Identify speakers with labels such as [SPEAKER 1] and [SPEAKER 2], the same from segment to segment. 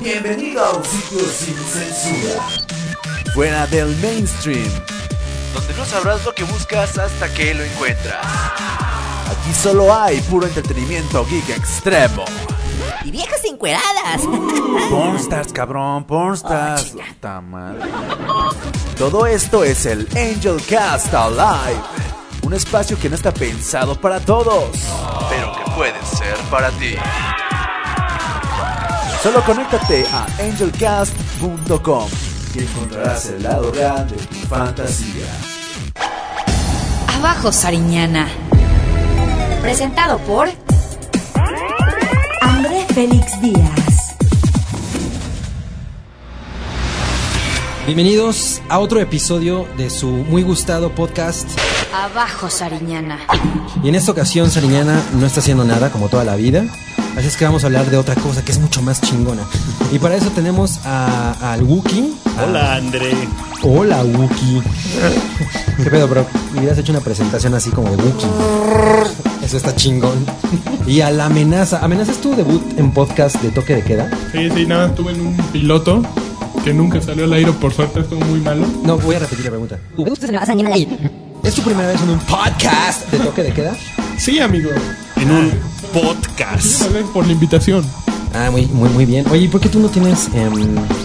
[SPEAKER 1] Bienvenido a un sitio sin censura. Fuera del mainstream. Donde no sabrás lo que buscas hasta que lo encuentras. Aquí solo hay puro entretenimiento geek extremo.
[SPEAKER 2] Y viejas encueradas.
[SPEAKER 1] Pornstars, cabrón, pornstars. Puta madre. Todo esto es el Angel Cast Alive. Un espacio que no está pensado para todos, pero que puede ser para ti. Solo conéctate a angelcast.com y encontrarás el lado real de tu fantasía.
[SPEAKER 3] Abajo Sariñana. Presentado por André Félix Díaz.
[SPEAKER 4] Bienvenidos a otro episodio de su muy gustado podcast.
[SPEAKER 3] Abajo Sariñana.
[SPEAKER 4] Y en esta ocasión Sariñana no está haciendo nada como toda la vida. Así es que vamos a hablar de otra cosa que es mucho más chingona. Y para eso tenemos a- al Wookie.
[SPEAKER 5] Hola, André.
[SPEAKER 4] Hola Wookie. ¿Qué pedo, bro? Me hubieras hecho una presentación así como de Wookie. Eso está chingón. Y a la amenaza. ¿Amenaza es tu debut en podcast de toque de queda?
[SPEAKER 6] Sí, sí, nada, estuve en un piloto que nunca salió al aire, por suerte estuvo muy malo.
[SPEAKER 4] No, voy a repetir la pregunta. ¿Es tu primera vez en un podcast de toque de queda?
[SPEAKER 6] Sí, amigo.
[SPEAKER 5] En un
[SPEAKER 6] Sí,
[SPEAKER 5] podcast.
[SPEAKER 6] gracias por la invitación.
[SPEAKER 4] Ah, muy, muy, muy bien. Oye, ¿y por qué tú no tienes em,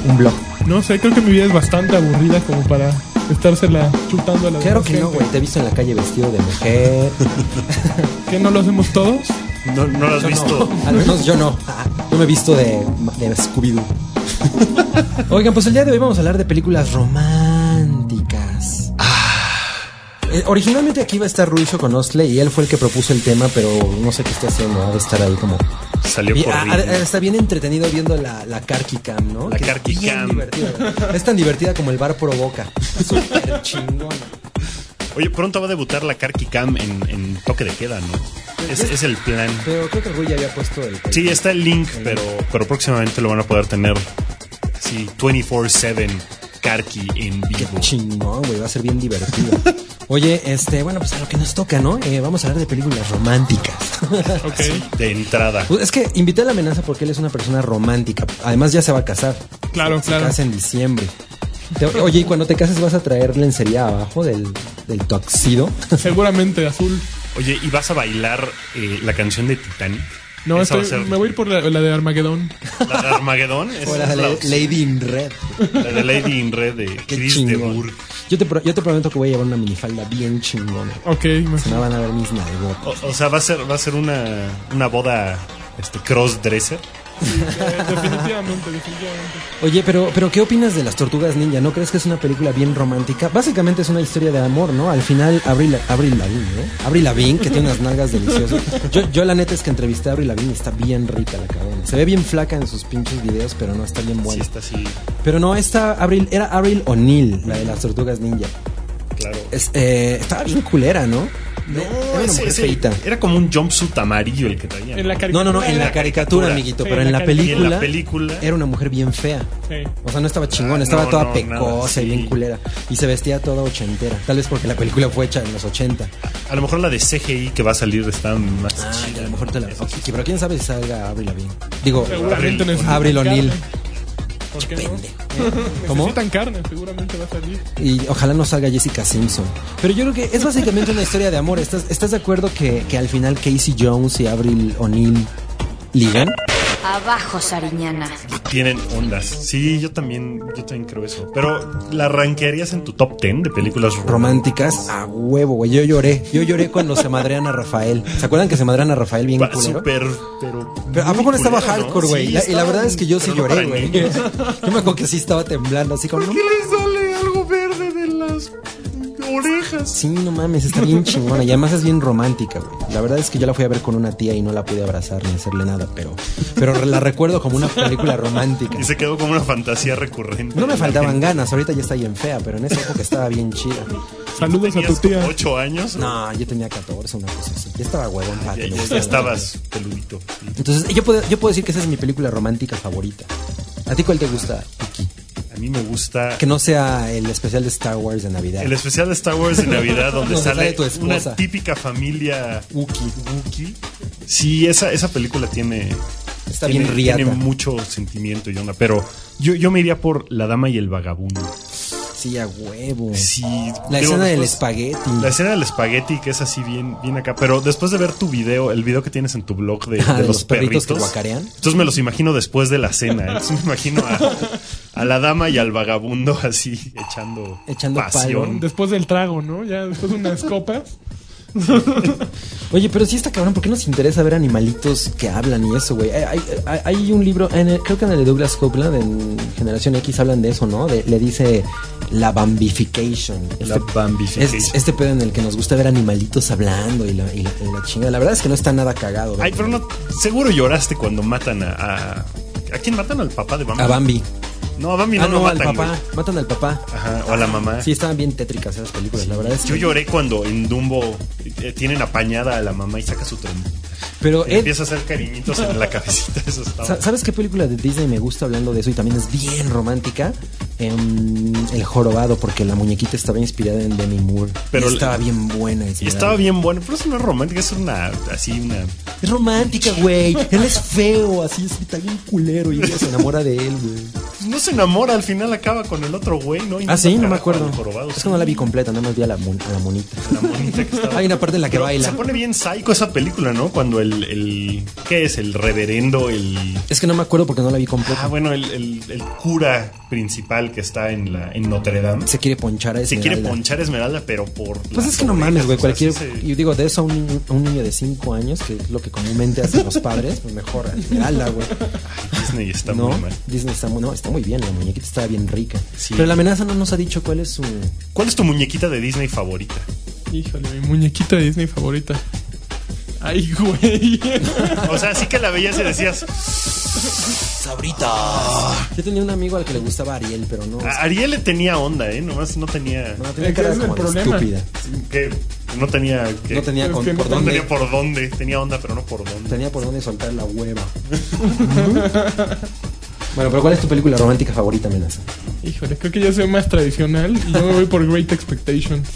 [SPEAKER 4] un blog?
[SPEAKER 6] No sé, creo que mi vida es bastante aburrida como para estársela chutando a la
[SPEAKER 4] Claro
[SPEAKER 6] demás
[SPEAKER 4] que no,
[SPEAKER 6] gente.
[SPEAKER 4] güey. Te he visto en la calle vestido de mujer.
[SPEAKER 6] ¿Qué no lo hacemos todos?
[SPEAKER 5] No, no lo has visto.
[SPEAKER 4] Al menos yo no. Ah, Yo me he visto de, de Scooby-Doo. Oigan, pues el día de hoy vamos a hablar de películas románticas.
[SPEAKER 5] Ah.
[SPEAKER 4] Eh, originalmente aquí iba a estar Ruizo con Osley y él fue el que propuso el tema, pero no sé qué está haciendo. Ha de estar ahí como.
[SPEAKER 5] Salió
[SPEAKER 4] Bien-
[SPEAKER 5] por
[SPEAKER 4] ah,
[SPEAKER 5] mí.
[SPEAKER 4] ah, está bien entretenido viendo la, la Carquicam, ¿no?
[SPEAKER 5] La
[SPEAKER 4] Que es
[SPEAKER 5] Carquicam.
[SPEAKER 4] bien divertida. Es tan divertida como el bar provoca. Súper chingona.
[SPEAKER 5] Oye, pronto va a debutar la Karki Cam en, en toque de queda, ¿no? Es, es el plan.
[SPEAKER 4] Pero creo que Rui ya había puesto el.
[SPEAKER 5] Sí, está el link, pero, pero próximamente lo van a poder tener. Sí, 24-7 Karki en
[SPEAKER 4] Qué
[SPEAKER 5] vivo.
[SPEAKER 4] chingón, güey, va a ser bien divertido. Oye, este, bueno, pues a lo que nos toca, ¿no? Eh, vamos a hablar de películas románticas.
[SPEAKER 6] Ok.
[SPEAKER 5] Sí, de entrada.
[SPEAKER 4] Pues es que invité a la amenaza porque él es una persona romántica. Además, ya se va a casar.
[SPEAKER 6] Claro,
[SPEAKER 4] se
[SPEAKER 6] claro.
[SPEAKER 4] casa en diciembre. Te- oye, y cuando te cases vas a traer lencería abajo del, del tuxido.
[SPEAKER 6] Seguramente azul.
[SPEAKER 5] Oye, ¿y vas a bailar eh, la canción de Titanic?
[SPEAKER 6] No,
[SPEAKER 5] Esa va a
[SPEAKER 6] estoy-
[SPEAKER 5] ser
[SPEAKER 6] me voy a ir por la, la de Armagedón.
[SPEAKER 5] la de Armagedón. Esa
[SPEAKER 4] O
[SPEAKER 5] es
[SPEAKER 4] la
[SPEAKER 5] la,
[SPEAKER 4] de Lady in Red.
[SPEAKER 5] la de Lady in Red de
[SPEAKER 4] Qué
[SPEAKER 5] Chris de
[SPEAKER 4] chingón.
[SPEAKER 5] Burgh.
[SPEAKER 4] Yo te, pro- yo te prometo que voy a llevar una minifalda bien chingona.
[SPEAKER 6] Ok, me-
[SPEAKER 4] Se me van a ver mis nalgotas.
[SPEAKER 5] O, o sea, va a ser, va a ser una, una boda este, cross-dresser.
[SPEAKER 6] eh, definitivamente, definitivamente.
[SPEAKER 4] Oye, pero, pero ¿qué opinas de las tortugas ninja? ¿No crees que es una película bien romántica? Básicamente es una historia de amor, ¿no? Al final, Abril, Abril Lavigne, ¿eh? Abril Lavigne, que tiene unas nalgas deliciosas. Yo, yo la neta es que entrevisté a Abril Lavigne y está bien rica la cabrona. Se ve bien flaca en sus pinches videos, pero no está bien
[SPEAKER 5] Sí,
[SPEAKER 4] buena.
[SPEAKER 5] está así,
[SPEAKER 4] Pero no, esta Abril, era Abril O'Neill, la de las tortugas ninja.
[SPEAKER 5] claro.
[SPEAKER 4] Es, eh, estaba bien culera, ¿no?
[SPEAKER 5] No,
[SPEAKER 4] una
[SPEAKER 5] ese-
[SPEAKER 4] mujer
[SPEAKER 5] ese-
[SPEAKER 4] feita.
[SPEAKER 5] era como un jumpsuit amarillo el que traía.
[SPEAKER 6] En la
[SPEAKER 5] ¿no?
[SPEAKER 6] caricatura.
[SPEAKER 4] No, no, no, en la caricatura, amiguito,
[SPEAKER 6] Sí,
[SPEAKER 4] pero
[SPEAKER 6] en
[SPEAKER 4] en
[SPEAKER 6] la
[SPEAKER 4] la
[SPEAKER 6] caricatura.
[SPEAKER 4] película.
[SPEAKER 5] En la película.
[SPEAKER 4] Era una mujer bien fea.
[SPEAKER 6] Sí.
[SPEAKER 4] O sea, no estaba chingona,
[SPEAKER 5] Ah,
[SPEAKER 4] estaba
[SPEAKER 5] no,
[SPEAKER 4] toda
[SPEAKER 5] no,
[SPEAKER 4] pecosa
[SPEAKER 5] nada,
[SPEAKER 4] y bien
[SPEAKER 5] sí.
[SPEAKER 4] culera. Y se vestía toda ochentera. Tal vez porque la película fue hecha en los 80.
[SPEAKER 5] A lo mejor la de CGI que va a salir está más
[SPEAKER 4] Ah,
[SPEAKER 5] chida.
[SPEAKER 4] a lo mejor te la. ok, pero quién sabe si salga Avril Lavigne. Digo,
[SPEAKER 6] Seguramente
[SPEAKER 5] Abril-
[SPEAKER 6] necesitan
[SPEAKER 4] Abril O'Neill.
[SPEAKER 6] carne. ¿Por qué no?
[SPEAKER 4] ¿Cómo?
[SPEAKER 6] Necesitan carne, seguramente va a salir.
[SPEAKER 4] Y ojalá no salga Jessica Simpson. Pero yo creo que es básicamente una historia de amor. ¿Estás, estás de acuerdo que, que al final Casey Jones y Avril O'Neill ligan?
[SPEAKER 3] Abajo Sariñana.
[SPEAKER 5] Tienen ondas. Sí, yo también, yo también creo eso. Pero la rankearías en tu top 10 de películas románticas.
[SPEAKER 4] Románticas a huevo, güey. Yo lloré. Yo lloré cuando se madrean a Rafael. ¿Se acuerdan que se madrean a Rafael bien
[SPEAKER 5] Va-
[SPEAKER 4] culero?
[SPEAKER 5] Súper, pero.
[SPEAKER 4] Pero ¿a
[SPEAKER 5] muy
[SPEAKER 4] poco no estaba
[SPEAKER 5] culero,
[SPEAKER 4] hardcore, güey? La- y
[SPEAKER 5] Sí,
[SPEAKER 4] la
[SPEAKER 5] estaba,
[SPEAKER 4] verdad es que yo sí
[SPEAKER 5] pero no
[SPEAKER 4] lloré,
[SPEAKER 5] para
[SPEAKER 4] güey.
[SPEAKER 5] niños.
[SPEAKER 4] Yo me acuerdo que sí estaba temblando, así como...
[SPEAKER 5] les sale algo verde de las hijas.
[SPEAKER 4] Sí, no mames, está bien chingona. Y además es bien romántica, güey. La verdad es que yo la fui a ver con una tía y no la pude abrazar ni hacerle nada, pero, pero la recuerdo como una película romántica.
[SPEAKER 5] Y se quedó como una fantasía recurrente.
[SPEAKER 4] No me faltaban
[SPEAKER 5] También
[SPEAKER 4] ganas, ahorita ya está bien fea, pero en esa época estaba bien chida.
[SPEAKER 6] Saludos a tu
[SPEAKER 5] Tenías como
[SPEAKER 6] tía.
[SPEAKER 5] ocho años.
[SPEAKER 4] No, yo tenía 14, una cosa así. Ya estaba huevón para
[SPEAKER 5] Ya,
[SPEAKER 4] que me
[SPEAKER 5] ya- ya
[SPEAKER 4] gustara.
[SPEAKER 5] estabas peludito.
[SPEAKER 4] Entonces, yo puedo, yo puedo decir que esa es mi película romántica favorita. ¿A ti cuál te gusta, Iki?
[SPEAKER 5] A mí me gusta
[SPEAKER 4] Que no sea el especial de Star Wars de Navidad.
[SPEAKER 5] el especial de Star Wars de Navidad donde
[SPEAKER 4] Donde
[SPEAKER 5] sale
[SPEAKER 4] sale tu esposa.
[SPEAKER 5] una típica familia
[SPEAKER 4] Wookiee.
[SPEAKER 5] Wookiee. Sí, esa, esa película tiene,
[SPEAKER 4] Está
[SPEAKER 5] tiene,
[SPEAKER 4] bien riata.
[SPEAKER 5] tiene mucho sentimiento y onda, pero yo, yo me iría por La Dama y el Vagabundo.
[SPEAKER 4] Sí, a huevo.
[SPEAKER 5] Sí,
[SPEAKER 4] La
[SPEAKER 5] digo,
[SPEAKER 4] escena del
[SPEAKER 5] después-
[SPEAKER 4] espagueti.
[SPEAKER 5] La escena del espagueti que es así bien, bien acá. Pero después de ver tu video, el video que tienes en tu blog de,
[SPEAKER 4] Ah,
[SPEAKER 5] de los, perritos,
[SPEAKER 4] que guacarean.
[SPEAKER 5] Entonces me los imagino después de la cena. ¿eh? Entonces me imagino a, a la dama y al vagabundo así echando,
[SPEAKER 4] Echando
[SPEAKER 5] pasión.
[SPEAKER 6] Después del trago, ¿no? Ya después de unas copas.
[SPEAKER 4] Oye, pero sí está cabrón, ¿por qué nos interesa ver animalitos que hablan y eso, güey? Hay, hay- hay un libro, en el- creo que en el de Douglas Copeland, en Generación X, hablan de eso, ¿no? De- le dice la bambification. Este,
[SPEAKER 5] La bambification.
[SPEAKER 4] es- este pedo en el que nos gusta ver animalitos hablando y la, y la, y la chingada. La verdad es que no está nada cagado. güey.
[SPEAKER 5] Ay, pero no, seguro lloraste cuando matan a. ¿A, ¿a quién matan? ¿Al papá de Bambi?
[SPEAKER 4] A Bambi.
[SPEAKER 5] No, a Bambi no,
[SPEAKER 4] ah,
[SPEAKER 5] lo
[SPEAKER 4] no, al
[SPEAKER 5] matan.
[SPEAKER 4] papá.
[SPEAKER 5] güey.
[SPEAKER 4] Matan al papá.
[SPEAKER 5] Ajá, o a la mamá.
[SPEAKER 4] Sí, estaban bien tétricas esas películas, la verdad es que...
[SPEAKER 5] Yo lloré cuando en Dumbo eh, tienen apañada a la mamá y saca su trompeta.
[SPEAKER 4] Pero
[SPEAKER 5] Y
[SPEAKER 4] Ed,
[SPEAKER 5] Empieza a hacer cariñitos en la cabecita. Eso estaba.
[SPEAKER 4] Sa- ¿Sabes qué película de Disney me gusta hablando de eso y también es bien romántica? Em, el jorobado, porque la muñequita estaba inspirada en Demi Moore.
[SPEAKER 5] Pero
[SPEAKER 4] Pero
[SPEAKER 5] la-
[SPEAKER 4] estaba bien buena.
[SPEAKER 5] Y
[SPEAKER 4] inspirada.
[SPEAKER 5] estaba bien bueno, pero eso no es romántica, es una así una
[SPEAKER 4] Es romántica, güey. Él es feo, así es está bien culero y ella se enamora de él, güey.
[SPEAKER 5] pues no se enamora, al final acaba con el otro güey, ¿no?
[SPEAKER 4] Ah, sí, no me
[SPEAKER 5] Carajo,
[SPEAKER 4] acuerdo.
[SPEAKER 5] al jorobado,
[SPEAKER 4] Es
[SPEAKER 5] sí,
[SPEAKER 4] que no la vi completa, nada más vi a la, mon- a la monita.
[SPEAKER 5] la monita que estaba.
[SPEAKER 4] Hay una parte en la que
[SPEAKER 5] Pero
[SPEAKER 4] baila.
[SPEAKER 5] Se pone bien psycho esa película, ¿no? Cuando el, el ¿qué es? El reverendo, el
[SPEAKER 4] Es que no me acuerdo porque no la vi completa.
[SPEAKER 5] Ah, bueno, el, el- el cura principal que está en la en Notre Dame.
[SPEAKER 4] Se quiere ponchar a
[SPEAKER 5] Se
[SPEAKER 4] Esmeralda.
[SPEAKER 5] quiere ponchar a Esmeralda, pero por Pues
[SPEAKER 4] Pues
[SPEAKER 5] las
[SPEAKER 4] es que no
[SPEAKER 5] orejas,
[SPEAKER 4] mames, güey.
[SPEAKER 5] o sea,
[SPEAKER 4] Cualquier.
[SPEAKER 5] sí se-
[SPEAKER 4] Yo digo, de eso a un, niño- a un niño de 5 años, que es lo que comúnmente hacen los padres, pues mejor a Esmeralda, güey.
[SPEAKER 5] Disney está
[SPEAKER 4] no,
[SPEAKER 5] muy mal.
[SPEAKER 4] Disney está muy, no, está muy bien, la muñequita está bien rica.
[SPEAKER 5] Sí.
[SPEAKER 4] Pero la amenaza no nos ha dicho cuál es su...
[SPEAKER 5] ¿Cuál es tu muñequita de Disney favorita?
[SPEAKER 6] Híjole, mi muñequita de Disney favorita. Ay, güey.
[SPEAKER 5] O sea, sí que la veías y decías,
[SPEAKER 4] Yo tenía un amigo al que le gustaba Ariel, pero no...
[SPEAKER 5] "A- Ariel le tenía onda, ¿eh? Nomás no tenía
[SPEAKER 4] no,
[SPEAKER 6] Ese
[SPEAKER 4] tenía cara
[SPEAKER 6] es el
[SPEAKER 4] como de
[SPEAKER 6] problema.
[SPEAKER 4] estúpida.
[SPEAKER 5] que no tenía que-
[SPEAKER 4] No tenía
[SPEAKER 6] Es
[SPEAKER 4] con-
[SPEAKER 6] que no
[SPEAKER 4] por
[SPEAKER 5] No
[SPEAKER 4] dónde...
[SPEAKER 5] tenía por dónde, tenía onda, pero no por dónde.
[SPEAKER 4] Tenía por dónde soltar la hueva. bueno, pero ¿cuál es tu película romántica favorita, amenaza?
[SPEAKER 6] Híjole, creo que yo soy más tradicional y yo me voy por Great Expectations.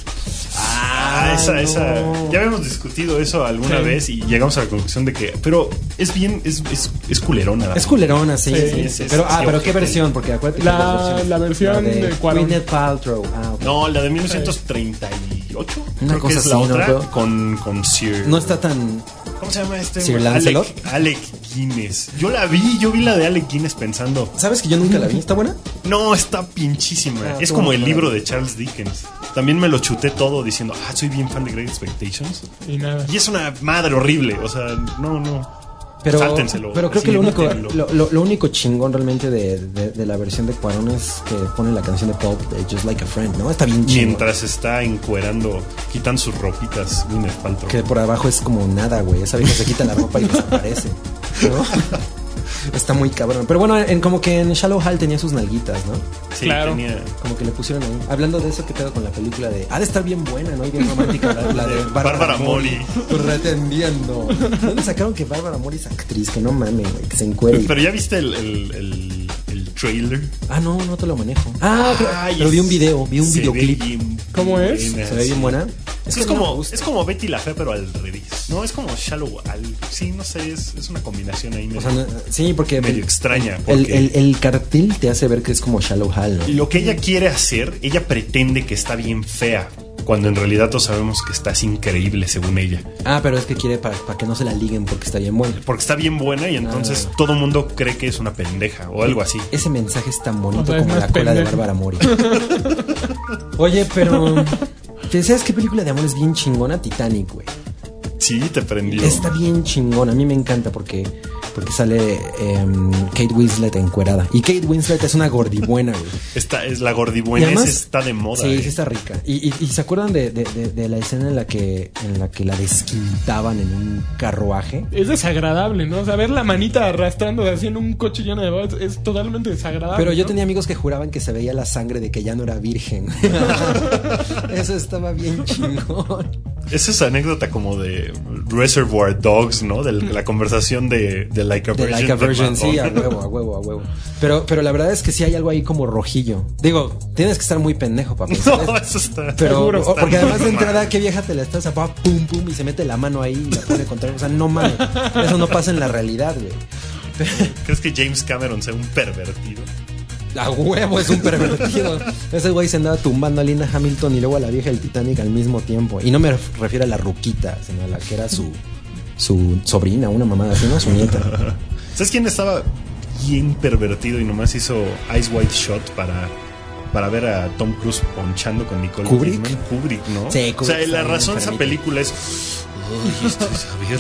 [SPEAKER 5] Ah, esa,
[SPEAKER 4] no.
[SPEAKER 5] esa. Ya habíamos discutido eso alguna
[SPEAKER 6] Sí.
[SPEAKER 5] vez y llegamos a la conclusión de que. Pero es bien, es, es, es culerona. la
[SPEAKER 4] Es culerona, sí.
[SPEAKER 6] Sí,
[SPEAKER 4] sí,
[SPEAKER 5] es-
[SPEAKER 4] sí.
[SPEAKER 5] es-
[SPEAKER 4] pero, ah,
[SPEAKER 5] sí,
[SPEAKER 4] pero
[SPEAKER 5] ok.
[SPEAKER 4] ¿qué versión? Porque acuérdate que
[SPEAKER 6] La-
[SPEAKER 4] las versiones-
[SPEAKER 6] la versión de Cuarón.
[SPEAKER 4] Gwyneth Paltrow. Ah, ok.
[SPEAKER 5] No, la de 1938.
[SPEAKER 4] Una
[SPEAKER 5] creo
[SPEAKER 4] cosa
[SPEAKER 5] que es la
[SPEAKER 4] así, ¿no?
[SPEAKER 5] otra.
[SPEAKER 4] Pero-
[SPEAKER 5] Con, con Sir.
[SPEAKER 4] No está tan...
[SPEAKER 5] ¿Cómo se llama este?
[SPEAKER 4] Sir
[SPEAKER 5] güey?
[SPEAKER 4] Lancelot.
[SPEAKER 5] Alec, Alec Guinness. Yo la vi, yo vi la de Alec Guinness pensando.
[SPEAKER 4] ¿Sabes que yo nunca la vi? ¿Está buena?
[SPEAKER 5] No, está pinchísima.
[SPEAKER 4] Ah,
[SPEAKER 5] es
[SPEAKER 4] tú
[SPEAKER 5] como
[SPEAKER 4] no
[SPEAKER 5] el
[SPEAKER 4] la
[SPEAKER 5] libro
[SPEAKER 4] vi.
[SPEAKER 5] de Charles Dickens. También me lo chuté todo diciendo, ah, soy bien fan de Great Expectations.
[SPEAKER 6] Y nada.
[SPEAKER 5] Y es una madre horrible. O sea, no, no.
[SPEAKER 4] Pero,
[SPEAKER 5] Sáltenselo,
[SPEAKER 4] pero creo
[SPEAKER 5] así,
[SPEAKER 4] que lo único,
[SPEAKER 5] mítenlo.
[SPEAKER 4] lo, lo- lo único chingón realmente de, de- de la versión de Cuarón es que pone la canción de Pulp de Just Like a Friend, ¿no? Está bien chingón.
[SPEAKER 5] Mientras está encuerando, quitan sus ropitas, Gwyneth Paltrow.
[SPEAKER 4] Que por abajo es como nada, güey. Esa vieja se quita la ropa y desaparece. ¿no? Está muy cabrón. Pero bueno, en, como que en Shallow Hall tenía sus nalguitas, ¿no?
[SPEAKER 5] Sí,
[SPEAKER 6] Claro.
[SPEAKER 5] tenía-
[SPEAKER 4] Como que le pusieron ahí. Hablando de eso, ¿qué pedo con la película de. Ha de estar bien buena, ¿no? Y bien romántica. La, la de Bárbara,
[SPEAKER 5] Bárbara
[SPEAKER 4] Mori.
[SPEAKER 5] Mori.
[SPEAKER 4] Pretendiendo. ¿Dónde sacaron que Bárbara Mori es actriz? Que no mames, güey. Que se encuere.
[SPEAKER 5] Pero ya viste el, el, el- el trailer.
[SPEAKER 4] Ah, no, no te lo manejo. Ah, pero,
[SPEAKER 5] Ay,
[SPEAKER 4] pero vi un video, vi un
[SPEAKER 5] se
[SPEAKER 4] videoclip.
[SPEAKER 5] ve bien
[SPEAKER 6] ¿Cómo es?
[SPEAKER 5] buena,
[SPEAKER 4] Se ve bien
[SPEAKER 5] sí.
[SPEAKER 4] buena.
[SPEAKER 5] Es, que es como, es como Betty la Fe, pero al revés. No, es como Shallow Al. Sí, no sé, es, es una combinación ahí.
[SPEAKER 4] O
[SPEAKER 5] medio-
[SPEAKER 4] sea, no- sí, porque
[SPEAKER 5] medio
[SPEAKER 4] el-
[SPEAKER 5] extraña,
[SPEAKER 4] El,
[SPEAKER 5] porque-
[SPEAKER 4] el- el cartel te hace ver que es como Shallow Hall, ¿no?
[SPEAKER 5] Lo que ella quiere hacer, ella pretende que está bien fea. Cuando en realidad todos sabemos que estás increíble, según ella.
[SPEAKER 4] Ah, pero es que quiere para que no se la liguen porque está bien bueno.
[SPEAKER 5] Porque está bien buena y entonces
[SPEAKER 4] Ah.
[SPEAKER 5] todo mundo cree que es una pendeja o algo así.
[SPEAKER 4] Ese mensaje es tan bonito
[SPEAKER 6] O sea, es
[SPEAKER 4] como
[SPEAKER 6] más
[SPEAKER 4] la cola de
[SPEAKER 6] pendejo.
[SPEAKER 4] Bárbara Mori. Oye, pero. ¿Te sabes qué película de amor es bien chingona? Titanic, güey.
[SPEAKER 5] Sí, te prendió.
[SPEAKER 4] Está bien chingona, a mí me encanta porque Porque sale em, Kate Winslet encuerada. Y Kate Winslet es una gordibuena, güey.
[SPEAKER 5] Esta es la
[SPEAKER 4] Y
[SPEAKER 5] gordibuena,
[SPEAKER 4] además-
[SPEAKER 5] esa está de moda.
[SPEAKER 4] Sí,
[SPEAKER 5] eh.
[SPEAKER 4] sí está rica. ¿Y, y- y se acuerdan de, de- de- de la escena en la que en la que la desquintaban en un carruaje?
[SPEAKER 6] Es desagradable, ¿no? O sea, ver la manita arrastrando así en un coche lleno de babas es totalmente desagradable.
[SPEAKER 4] Pero yo
[SPEAKER 6] ¿no?
[SPEAKER 4] tenía amigos que juraban que se veía la sangre de que ya no era virgen. Eso estaba bien chingón.
[SPEAKER 5] Esa es anécdota como de Reservoir Dogs, ¿no? De la conversación de, de Like a
[SPEAKER 4] De
[SPEAKER 5] Virgin.
[SPEAKER 4] like a
[SPEAKER 5] de
[SPEAKER 4] virgin, sí, a
[SPEAKER 5] Madonna.
[SPEAKER 4] huevo, a huevo, a huevo. Pero, pero la verdad es que sí hay algo ahí como rojillo. Digo, tienes que estar muy pendejo para pensar
[SPEAKER 5] No,
[SPEAKER 4] eso.
[SPEAKER 5] eso está.
[SPEAKER 4] Pero,
[SPEAKER 5] Seguro
[SPEAKER 4] o-
[SPEAKER 5] está
[SPEAKER 4] porque además de
[SPEAKER 5] muy mal.
[SPEAKER 4] entrada, qué vieja te la estás, va pum pum y se mete la mano ahí y la pone contra. O sea, no mames. Eso no pasa en la realidad, güey.
[SPEAKER 5] ¿Crees que James Cameron sea un pervertido?
[SPEAKER 4] A huevo es un pervertido. Ese güey se andaba tumbando a Linda Hamilton y luego a la vieja del Titanic al mismo tiempo. Y no me ref- refiero a la ruquita, sino a la que era su, su sobrina, una mamada así, ¿no? Su nieta.
[SPEAKER 5] ¿Sabes quién estaba bien pervertido y nomás hizo Ice White Shot para, para ver a Tom Cruise ponchando con Nicole
[SPEAKER 4] ¿Kubrick?
[SPEAKER 5] Kidman? Kubrick, ¿no?
[SPEAKER 4] Sí, Kubrick
[SPEAKER 5] O sea,
[SPEAKER 4] estaba
[SPEAKER 5] la
[SPEAKER 4] bien
[SPEAKER 5] razón de esa
[SPEAKER 4] enfermito.
[SPEAKER 5] película es. Uy, esto es Javier.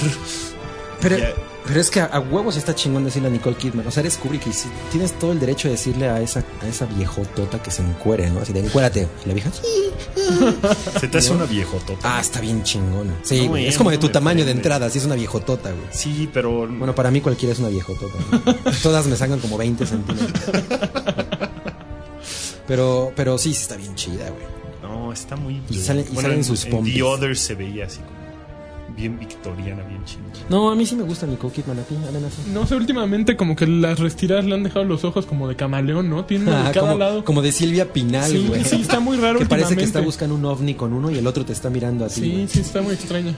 [SPEAKER 4] Pero,
[SPEAKER 5] Ya.
[SPEAKER 4] pero es que a, a huevos está chingón decirle a Nicole Kidman. O sea, eres Kubrick y sí, tienes todo el derecho de decirle a esa, a esa viejotota que se encuere, ¿no? Así de encuérate. Y la vieja, sí.
[SPEAKER 5] Se te hace una viejotota.
[SPEAKER 4] Ah, está bien chingona. Sí,
[SPEAKER 5] No,
[SPEAKER 4] güey.
[SPEAKER 5] güey,
[SPEAKER 4] Es como de
[SPEAKER 5] no
[SPEAKER 4] tu
[SPEAKER 5] me
[SPEAKER 4] tamaño de
[SPEAKER 5] prende.
[SPEAKER 4] entrada, sí es una viejotota, güey.
[SPEAKER 5] Sí, pero.
[SPEAKER 4] Bueno, para mí cualquiera es una viejotota. ¿no? Todas me sacan como 20 centímetros. Pero, pero sí, sí está bien chida, güey.
[SPEAKER 5] No, está muy.
[SPEAKER 4] Y salen- y salen
[SPEAKER 5] en-
[SPEAKER 4] sus
[SPEAKER 5] en
[SPEAKER 4] pompis.
[SPEAKER 5] The Other se veía así como. Bien victoriana, bien chingona.
[SPEAKER 4] No, a mí sí me gusta Nicole Kidman, a ti, amenaza.
[SPEAKER 6] No sé, últimamente como que las restiradas le han dejado los ojos como de camaleón, ¿no? Tiene uno de
[SPEAKER 4] Ah,
[SPEAKER 6] cada
[SPEAKER 4] como,
[SPEAKER 6] lado.
[SPEAKER 4] como de Silvia Pinal,
[SPEAKER 6] Sí,
[SPEAKER 4] güey.
[SPEAKER 6] sí, está muy raro
[SPEAKER 4] Que parece que
[SPEAKER 6] últimamente.
[SPEAKER 4] está buscando un ovni con uno y el otro te está mirando así.
[SPEAKER 6] Sí, sí, está muy extraña.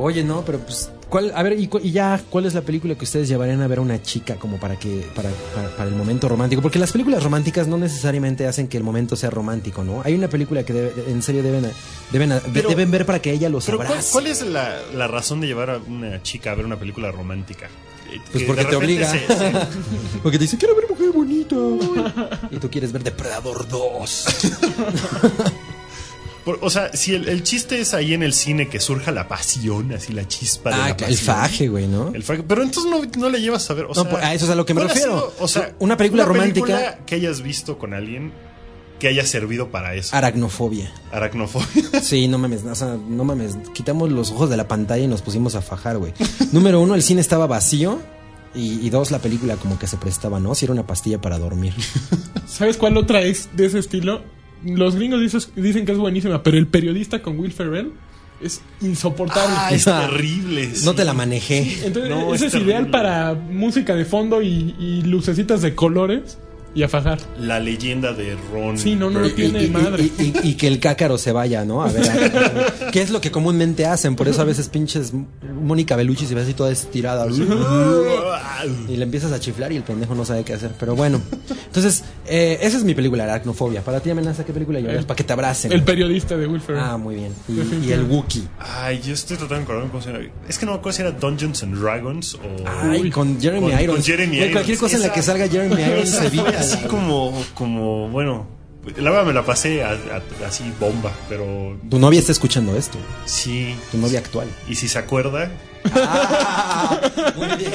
[SPEAKER 4] Oye, no, pero pues, ¿cuál, a ver, y, cu- y ya, ¿cuál es la película que ustedes llevarían a ver a una chica como para que, para, para, para el momento romántico? Porque las películas románticas no necesariamente hacen que el momento sea romántico, ¿no? Hay una película que debe- de- en serio deben, a- deben, a- de-
[SPEAKER 5] Pero-
[SPEAKER 4] deben ver para que ella los
[SPEAKER 5] Pero ¿cuál,
[SPEAKER 4] abrace.
[SPEAKER 5] cuál es la, la razón de llevar a una chica a ver una película romántica? Eh,
[SPEAKER 4] Pues
[SPEAKER 5] que
[SPEAKER 4] porque
[SPEAKER 5] de
[SPEAKER 4] te
[SPEAKER 5] repente
[SPEAKER 4] obliga.
[SPEAKER 5] se- se-
[SPEAKER 4] Porque te dice, quiero ver mujer bonita. y tú quieres ver Depredador 2.
[SPEAKER 5] Por- o sea, si el, el chiste es ahí en el cine que surja la pasión, así la chispa de
[SPEAKER 4] ah,
[SPEAKER 5] la
[SPEAKER 4] el
[SPEAKER 5] pasión.
[SPEAKER 4] faje, güey, ¿no?
[SPEAKER 5] El faje. Pero entonces no, no le llevas a ver. O
[SPEAKER 4] No,
[SPEAKER 5] sea,
[SPEAKER 4] por- a eso es a lo que me
[SPEAKER 5] ¿cuál ha
[SPEAKER 4] refiero.
[SPEAKER 5] sido, o sea,
[SPEAKER 4] Una película romántica-
[SPEAKER 5] película que hayas visto con alguien que haya servido para eso.
[SPEAKER 4] Ah. Aracnofobia.
[SPEAKER 5] Aracnofobia.
[SPEAKER 4] Sí, no mames, o sea, no mames. Quitamos los ojos de la pantalla y nos pusimos a fajar, güey. Número uno, el cine estaba vacío. Y, y dos, la película como que se prestaba, ¿no? Si era una pastilla para dormir.
[SPEAKER 6] ¿Sabes cuál otra es de ese estilo? Los gringos dices- dicen que es buenísima, pero el periodista con Will Ferrell es insoportable.
[SPEAKER 5] Ah, es
[SPEAKER 4] Ah.
[SPEAKER 5] terrible.
[SPEAKER 4] No
[SPEAKER 5] sí.
[SPEAKER 4] te la manejé.
[SPEAKER 6] Entonces,
[SPEAKER 5] no,
[SPEAKER 6] ese
[SPEAKER 5] es
[SPEAKER 6] es, ideal
[SPEAKER 5] terrible.
[SPEAKER 6] para música de fondo y, y lucecitas de colores y a fajar.
[SPEAKER 5] La leyenda de Ron.
[SPEAKER 6] Sí, no, no, no
[SPEAKER 5] Burgundy.
[SPEAKER 6] tiene-
[SPEAKER 4] Y, y-
[SPEAKER 6] madre.
[SPEAKER 4] y- y- y que el cácaro se vaya, ¿no? A ver, a ver, ¿qué es lo que comúnmente hacen? Por eso a veces pinches Mónica Bellucci se ve así toda estirada. Y le empiezas a chiflar y el pendejo no sabe qué hacer. Pero bueno, entonces, eh, esa es mi película, Aracnofobia. Para ti, amenaza, ¿qué película llevas? Para que te abracen.
[SPEAKER 6] El periodista de Will Ferrell.
[SPEAKER 4] Ah, muy bien. Y, y el Wookiee.
[SPEAKER 5] Ay, yo estoy tratando de acordarme cómo se llama. Es que no me acuerdo si era Dungeons and Dragons o.
[SPEAKER 4] Ay, con Jeremy
[SPEAKER 5] con- con
[SPEAKER 4] Irons.
[SPEAKER 5] Jeremy
[SPEAKER 4] Güey, Cualquier
[SPEAKER 5] Irons.
[SPEAKER 4] cosa en la
[SPEAKER 5] Esa-
[SPEAKER 4] que salga Jeremy Irons se
[SPEAKER 5] Fue
[SPEAKER 4] evita.
[SPEAKER 5] así como, como, bueno, la verdad me la pasé a- a- así bomba, pero
[SPEAKER 4] Tu novia está escuchando esto,
[SPEAKER 5] sí.
[SPEAKER 4] tu novia actual.
[SPEAKER 5] Y si se acuerda, Ah,
[SPEAKER 4] muy bien.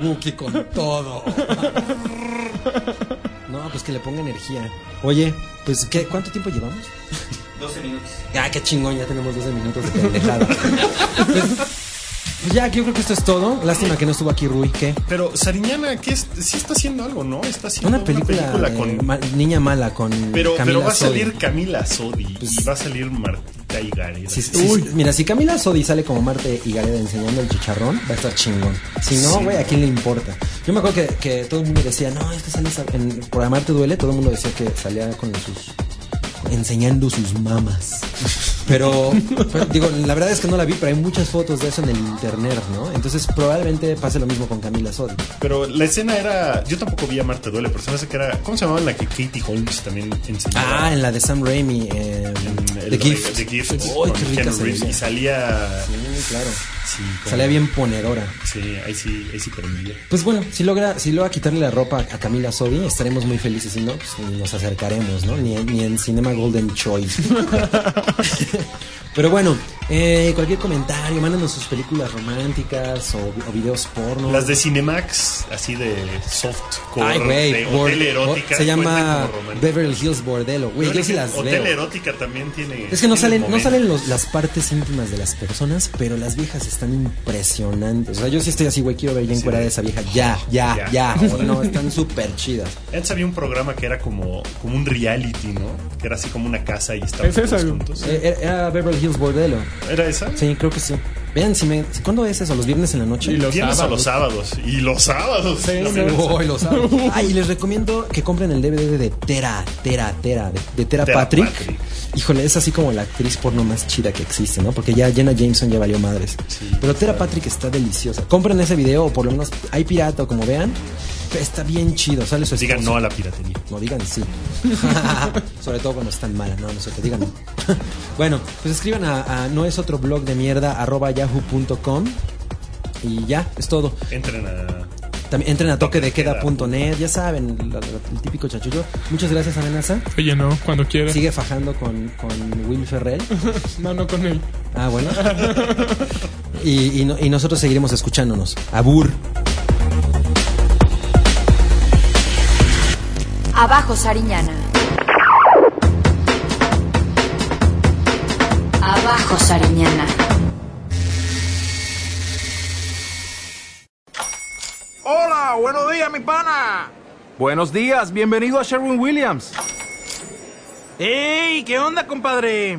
[SPEAKER 4] El Wookiee con todo. No, pues que le ponga energía. Oye, pues ¿qué, ¿cuánto tiempo llevamos?
[SPEAKER 7] 12 minutos.
[SPEAKER 4] Ah, qué chingón, ya tenemos 12 minutos de pendejada. pues, pues ya, yo creo que esto es todo. Lástima que no estuvo aquí Rui, ¿qué?
[SPEAKER 5] pero Sariñana, ¿qué es? sí está haciendo algo, ¿no? Está haciendo
[SPEAKER 4] Una película, de
[SPEAKER 5] con.
[SPEAKER 4] ma- Niña Mala con
[SPEAKER 5] pero,
[SPEAKER 4] Camila
[SPEAKER 5] pero va a
[SPEAKER 4] Sodi.
[SPEAKER 5] salir Camila Sodi
[SPEAKER 4] Pues-
[SPEAKER 5] y va a salir Martita y Gareda.
[SPEAKER 4] Si- si-
[SPEAKER 6] Uy.
[SPEAKER 4] mira, si Camila Sodi sale como Marte y Gareda enseñando el chicharrón, va a estar chingón. Si no, güey, ¿a quién le importa? Yo me acuerdo que, que todo el mundo decía, no, es que sale esa- en Programar Te Duele, todo el mundo decía que salía con sus... enseñando sus mamas. Pero, pero, digo, la verdad es que no la vi, pero hay muchas fotos de eso en el internet, ¿no? Entonces probablemente pase lo mismo con Camila Sodi.
[SPEAKER 5] Pero la escena era. Yo tampoco vi a Marta Duele, pero se me hace que era. ¿Cómo se llamaba la que Katie Holmes también enseñaba?
[SPEAKER 4] Ah, en la de Sam Raimi, eh,
[SPEAKER 5] En el-
[SPEAKER 4] The Gift.
[SPEAKER 5] The Gift.
[SPEAKER 4] Ay,
[SPEAKER 5] con
[SPEAKER 4] qué rica
[SPEAKER 5] Keanu
[SPEAKER 4] se
[SPEAKER 5] Reeves,
[SPEAKER 4] veía.
[SPEAKER 5] Y salía.
[SPEAKER 4] Sí, claro.
[SPEAKER 5] Sí, como-
[SPEAKER 4] Salía bien ponedora.
[SPEAKER 5] Sí, ahí sí, ahí sí prendía.
[SPEAKER 4] Pues bueno, si logra, si logra quitarle la ropa a Camila Sodi, estaremos muy felices. Si no, pues ni nos acercaremos, ¿no? Ni, en- ni en Cinema Golden Choice. Pero bueno, Eh, cualquier comentario, mándanos sus películas románticas o, o videos porno.
[SPEAKER 5] Las de Cinemax, así de softcore,
[SPEAKER 4] Ay, güey,
[SPEAKER 5] de
[SPEAKER 4] bor-
[SPEAKER 5] hotel erótica.
[SPEAKER 4] bor- Se
[SPEAKER 5] cuentan
[SPEAKER 4] llama
[SPEAKER 5] como romántica.
[SPEAKER 4] Beverly Hills Bordello, güey. Yo sí las
[SPEAKER 5] Hotel
[SPEAKER 4] veo.
[SPEAKER 5] erótica también tiene.
[SPEAKER 4] Es que no
[SPEAKER 5] tiene
[SPEAKER 4] salen, no
[SPEAKER 5] momento.
[SPEAKER 4] salen los- las partes íntimas de las personas, pero las viejas están impresionantes. O sea, yo sí estoy así, güey, quiero ver ya
[SPEAKER 5] Sí.
[SPEAKER 4] encuerada de esa vieja. Ya, ya,
[SPEAKER 5] Ya,
[SPEAKER 4] ya.
[SPEAKER 5] ahora.
[SPEAKER 4] No, están súper chidas.
[SPEAKER 5] Antes había un programa que era como, como un reality, ¿no? Que era así como una casa y estaban
[SPEAKER 6] Es esa,
[SPEAKER 5] todos
[SPEAKER 6] güey.
[SPEAKER 5] juntos.
[SPEAKER 4] Eh, Era era Beverly Hills Bordello.
[SPEAKER 5] ¿Era esa?
[SPEAKER 4] Sí, creo que sí. Vean, si me, si- ¿cuándo es eso? ¿Los viernes en la noche?
[SPEAKER 6] Y los
[SPEAKER 5] Viernes a
[SPEAKER 6] sábados.
[SPEAKER 5] los sábados. Y los sábados.
[SPEAKER 6] Sí,
[SPEAKER 5] La
[SPEAKER 6] no.
[SPEAKER 5] verdad.
[SPEAKER 4] Uy, los amo. Ah, y les recomiendo que compren el DVD de Tera, Tera, Tera, de, de Tera,
[SPEAKER 5] Tera
[SPEAKER 4] Patrick.
[SPEAKER 5] Patrick.
[SPEAKER 4] Híjole, es así como la actriz porno más chida que existe, ¿no? Porque ya Jenna Jameson ya valió madres.
[SPEAKER 5] Sí,
[SPEAKER 4] Pero Tera Patrick está deliciosa. Compren ese video, o por lo menos hay pirata, o como vean. pero Está bien chido, sale su esposo.
[SPEAKER 5] Digan no a la piratería.
[SPEAKER 4] No digan sí. Sobre todo cuando están malas, no, no sé, te digan no. bueno, pues escriban a, a no es otro blog de mierda arroba yahoo.com y ya, es todo.
[SPEAKER 5] Entren a.
[SPEAKER 4] También entren a toquedequeda.net, ya saben, la- la- el típico chachullo. Muchas gracias, Amenaza.
[SPEAKER 6] Oye, no, cuando quieras.
[SPEAKER 4] Sigue fajando con, con Will Ferrell.
[SPEAKER 6] No, no con él.
[SPEAKER 4] Ah, bueno. Y, y no- y nosotros seguiremos escuchándonos. Abur.
[SPEAKER 3] Abajo Sariñana. Abajo Sariñana.
[SPEAKER 7] Hola, buenos días, mi pana.
[SPEAKER 8] Buenos días, bienvenido a Sherwin Williams.
[SPEAKER 7] ¡Ey! ¿Qué onda, compadre?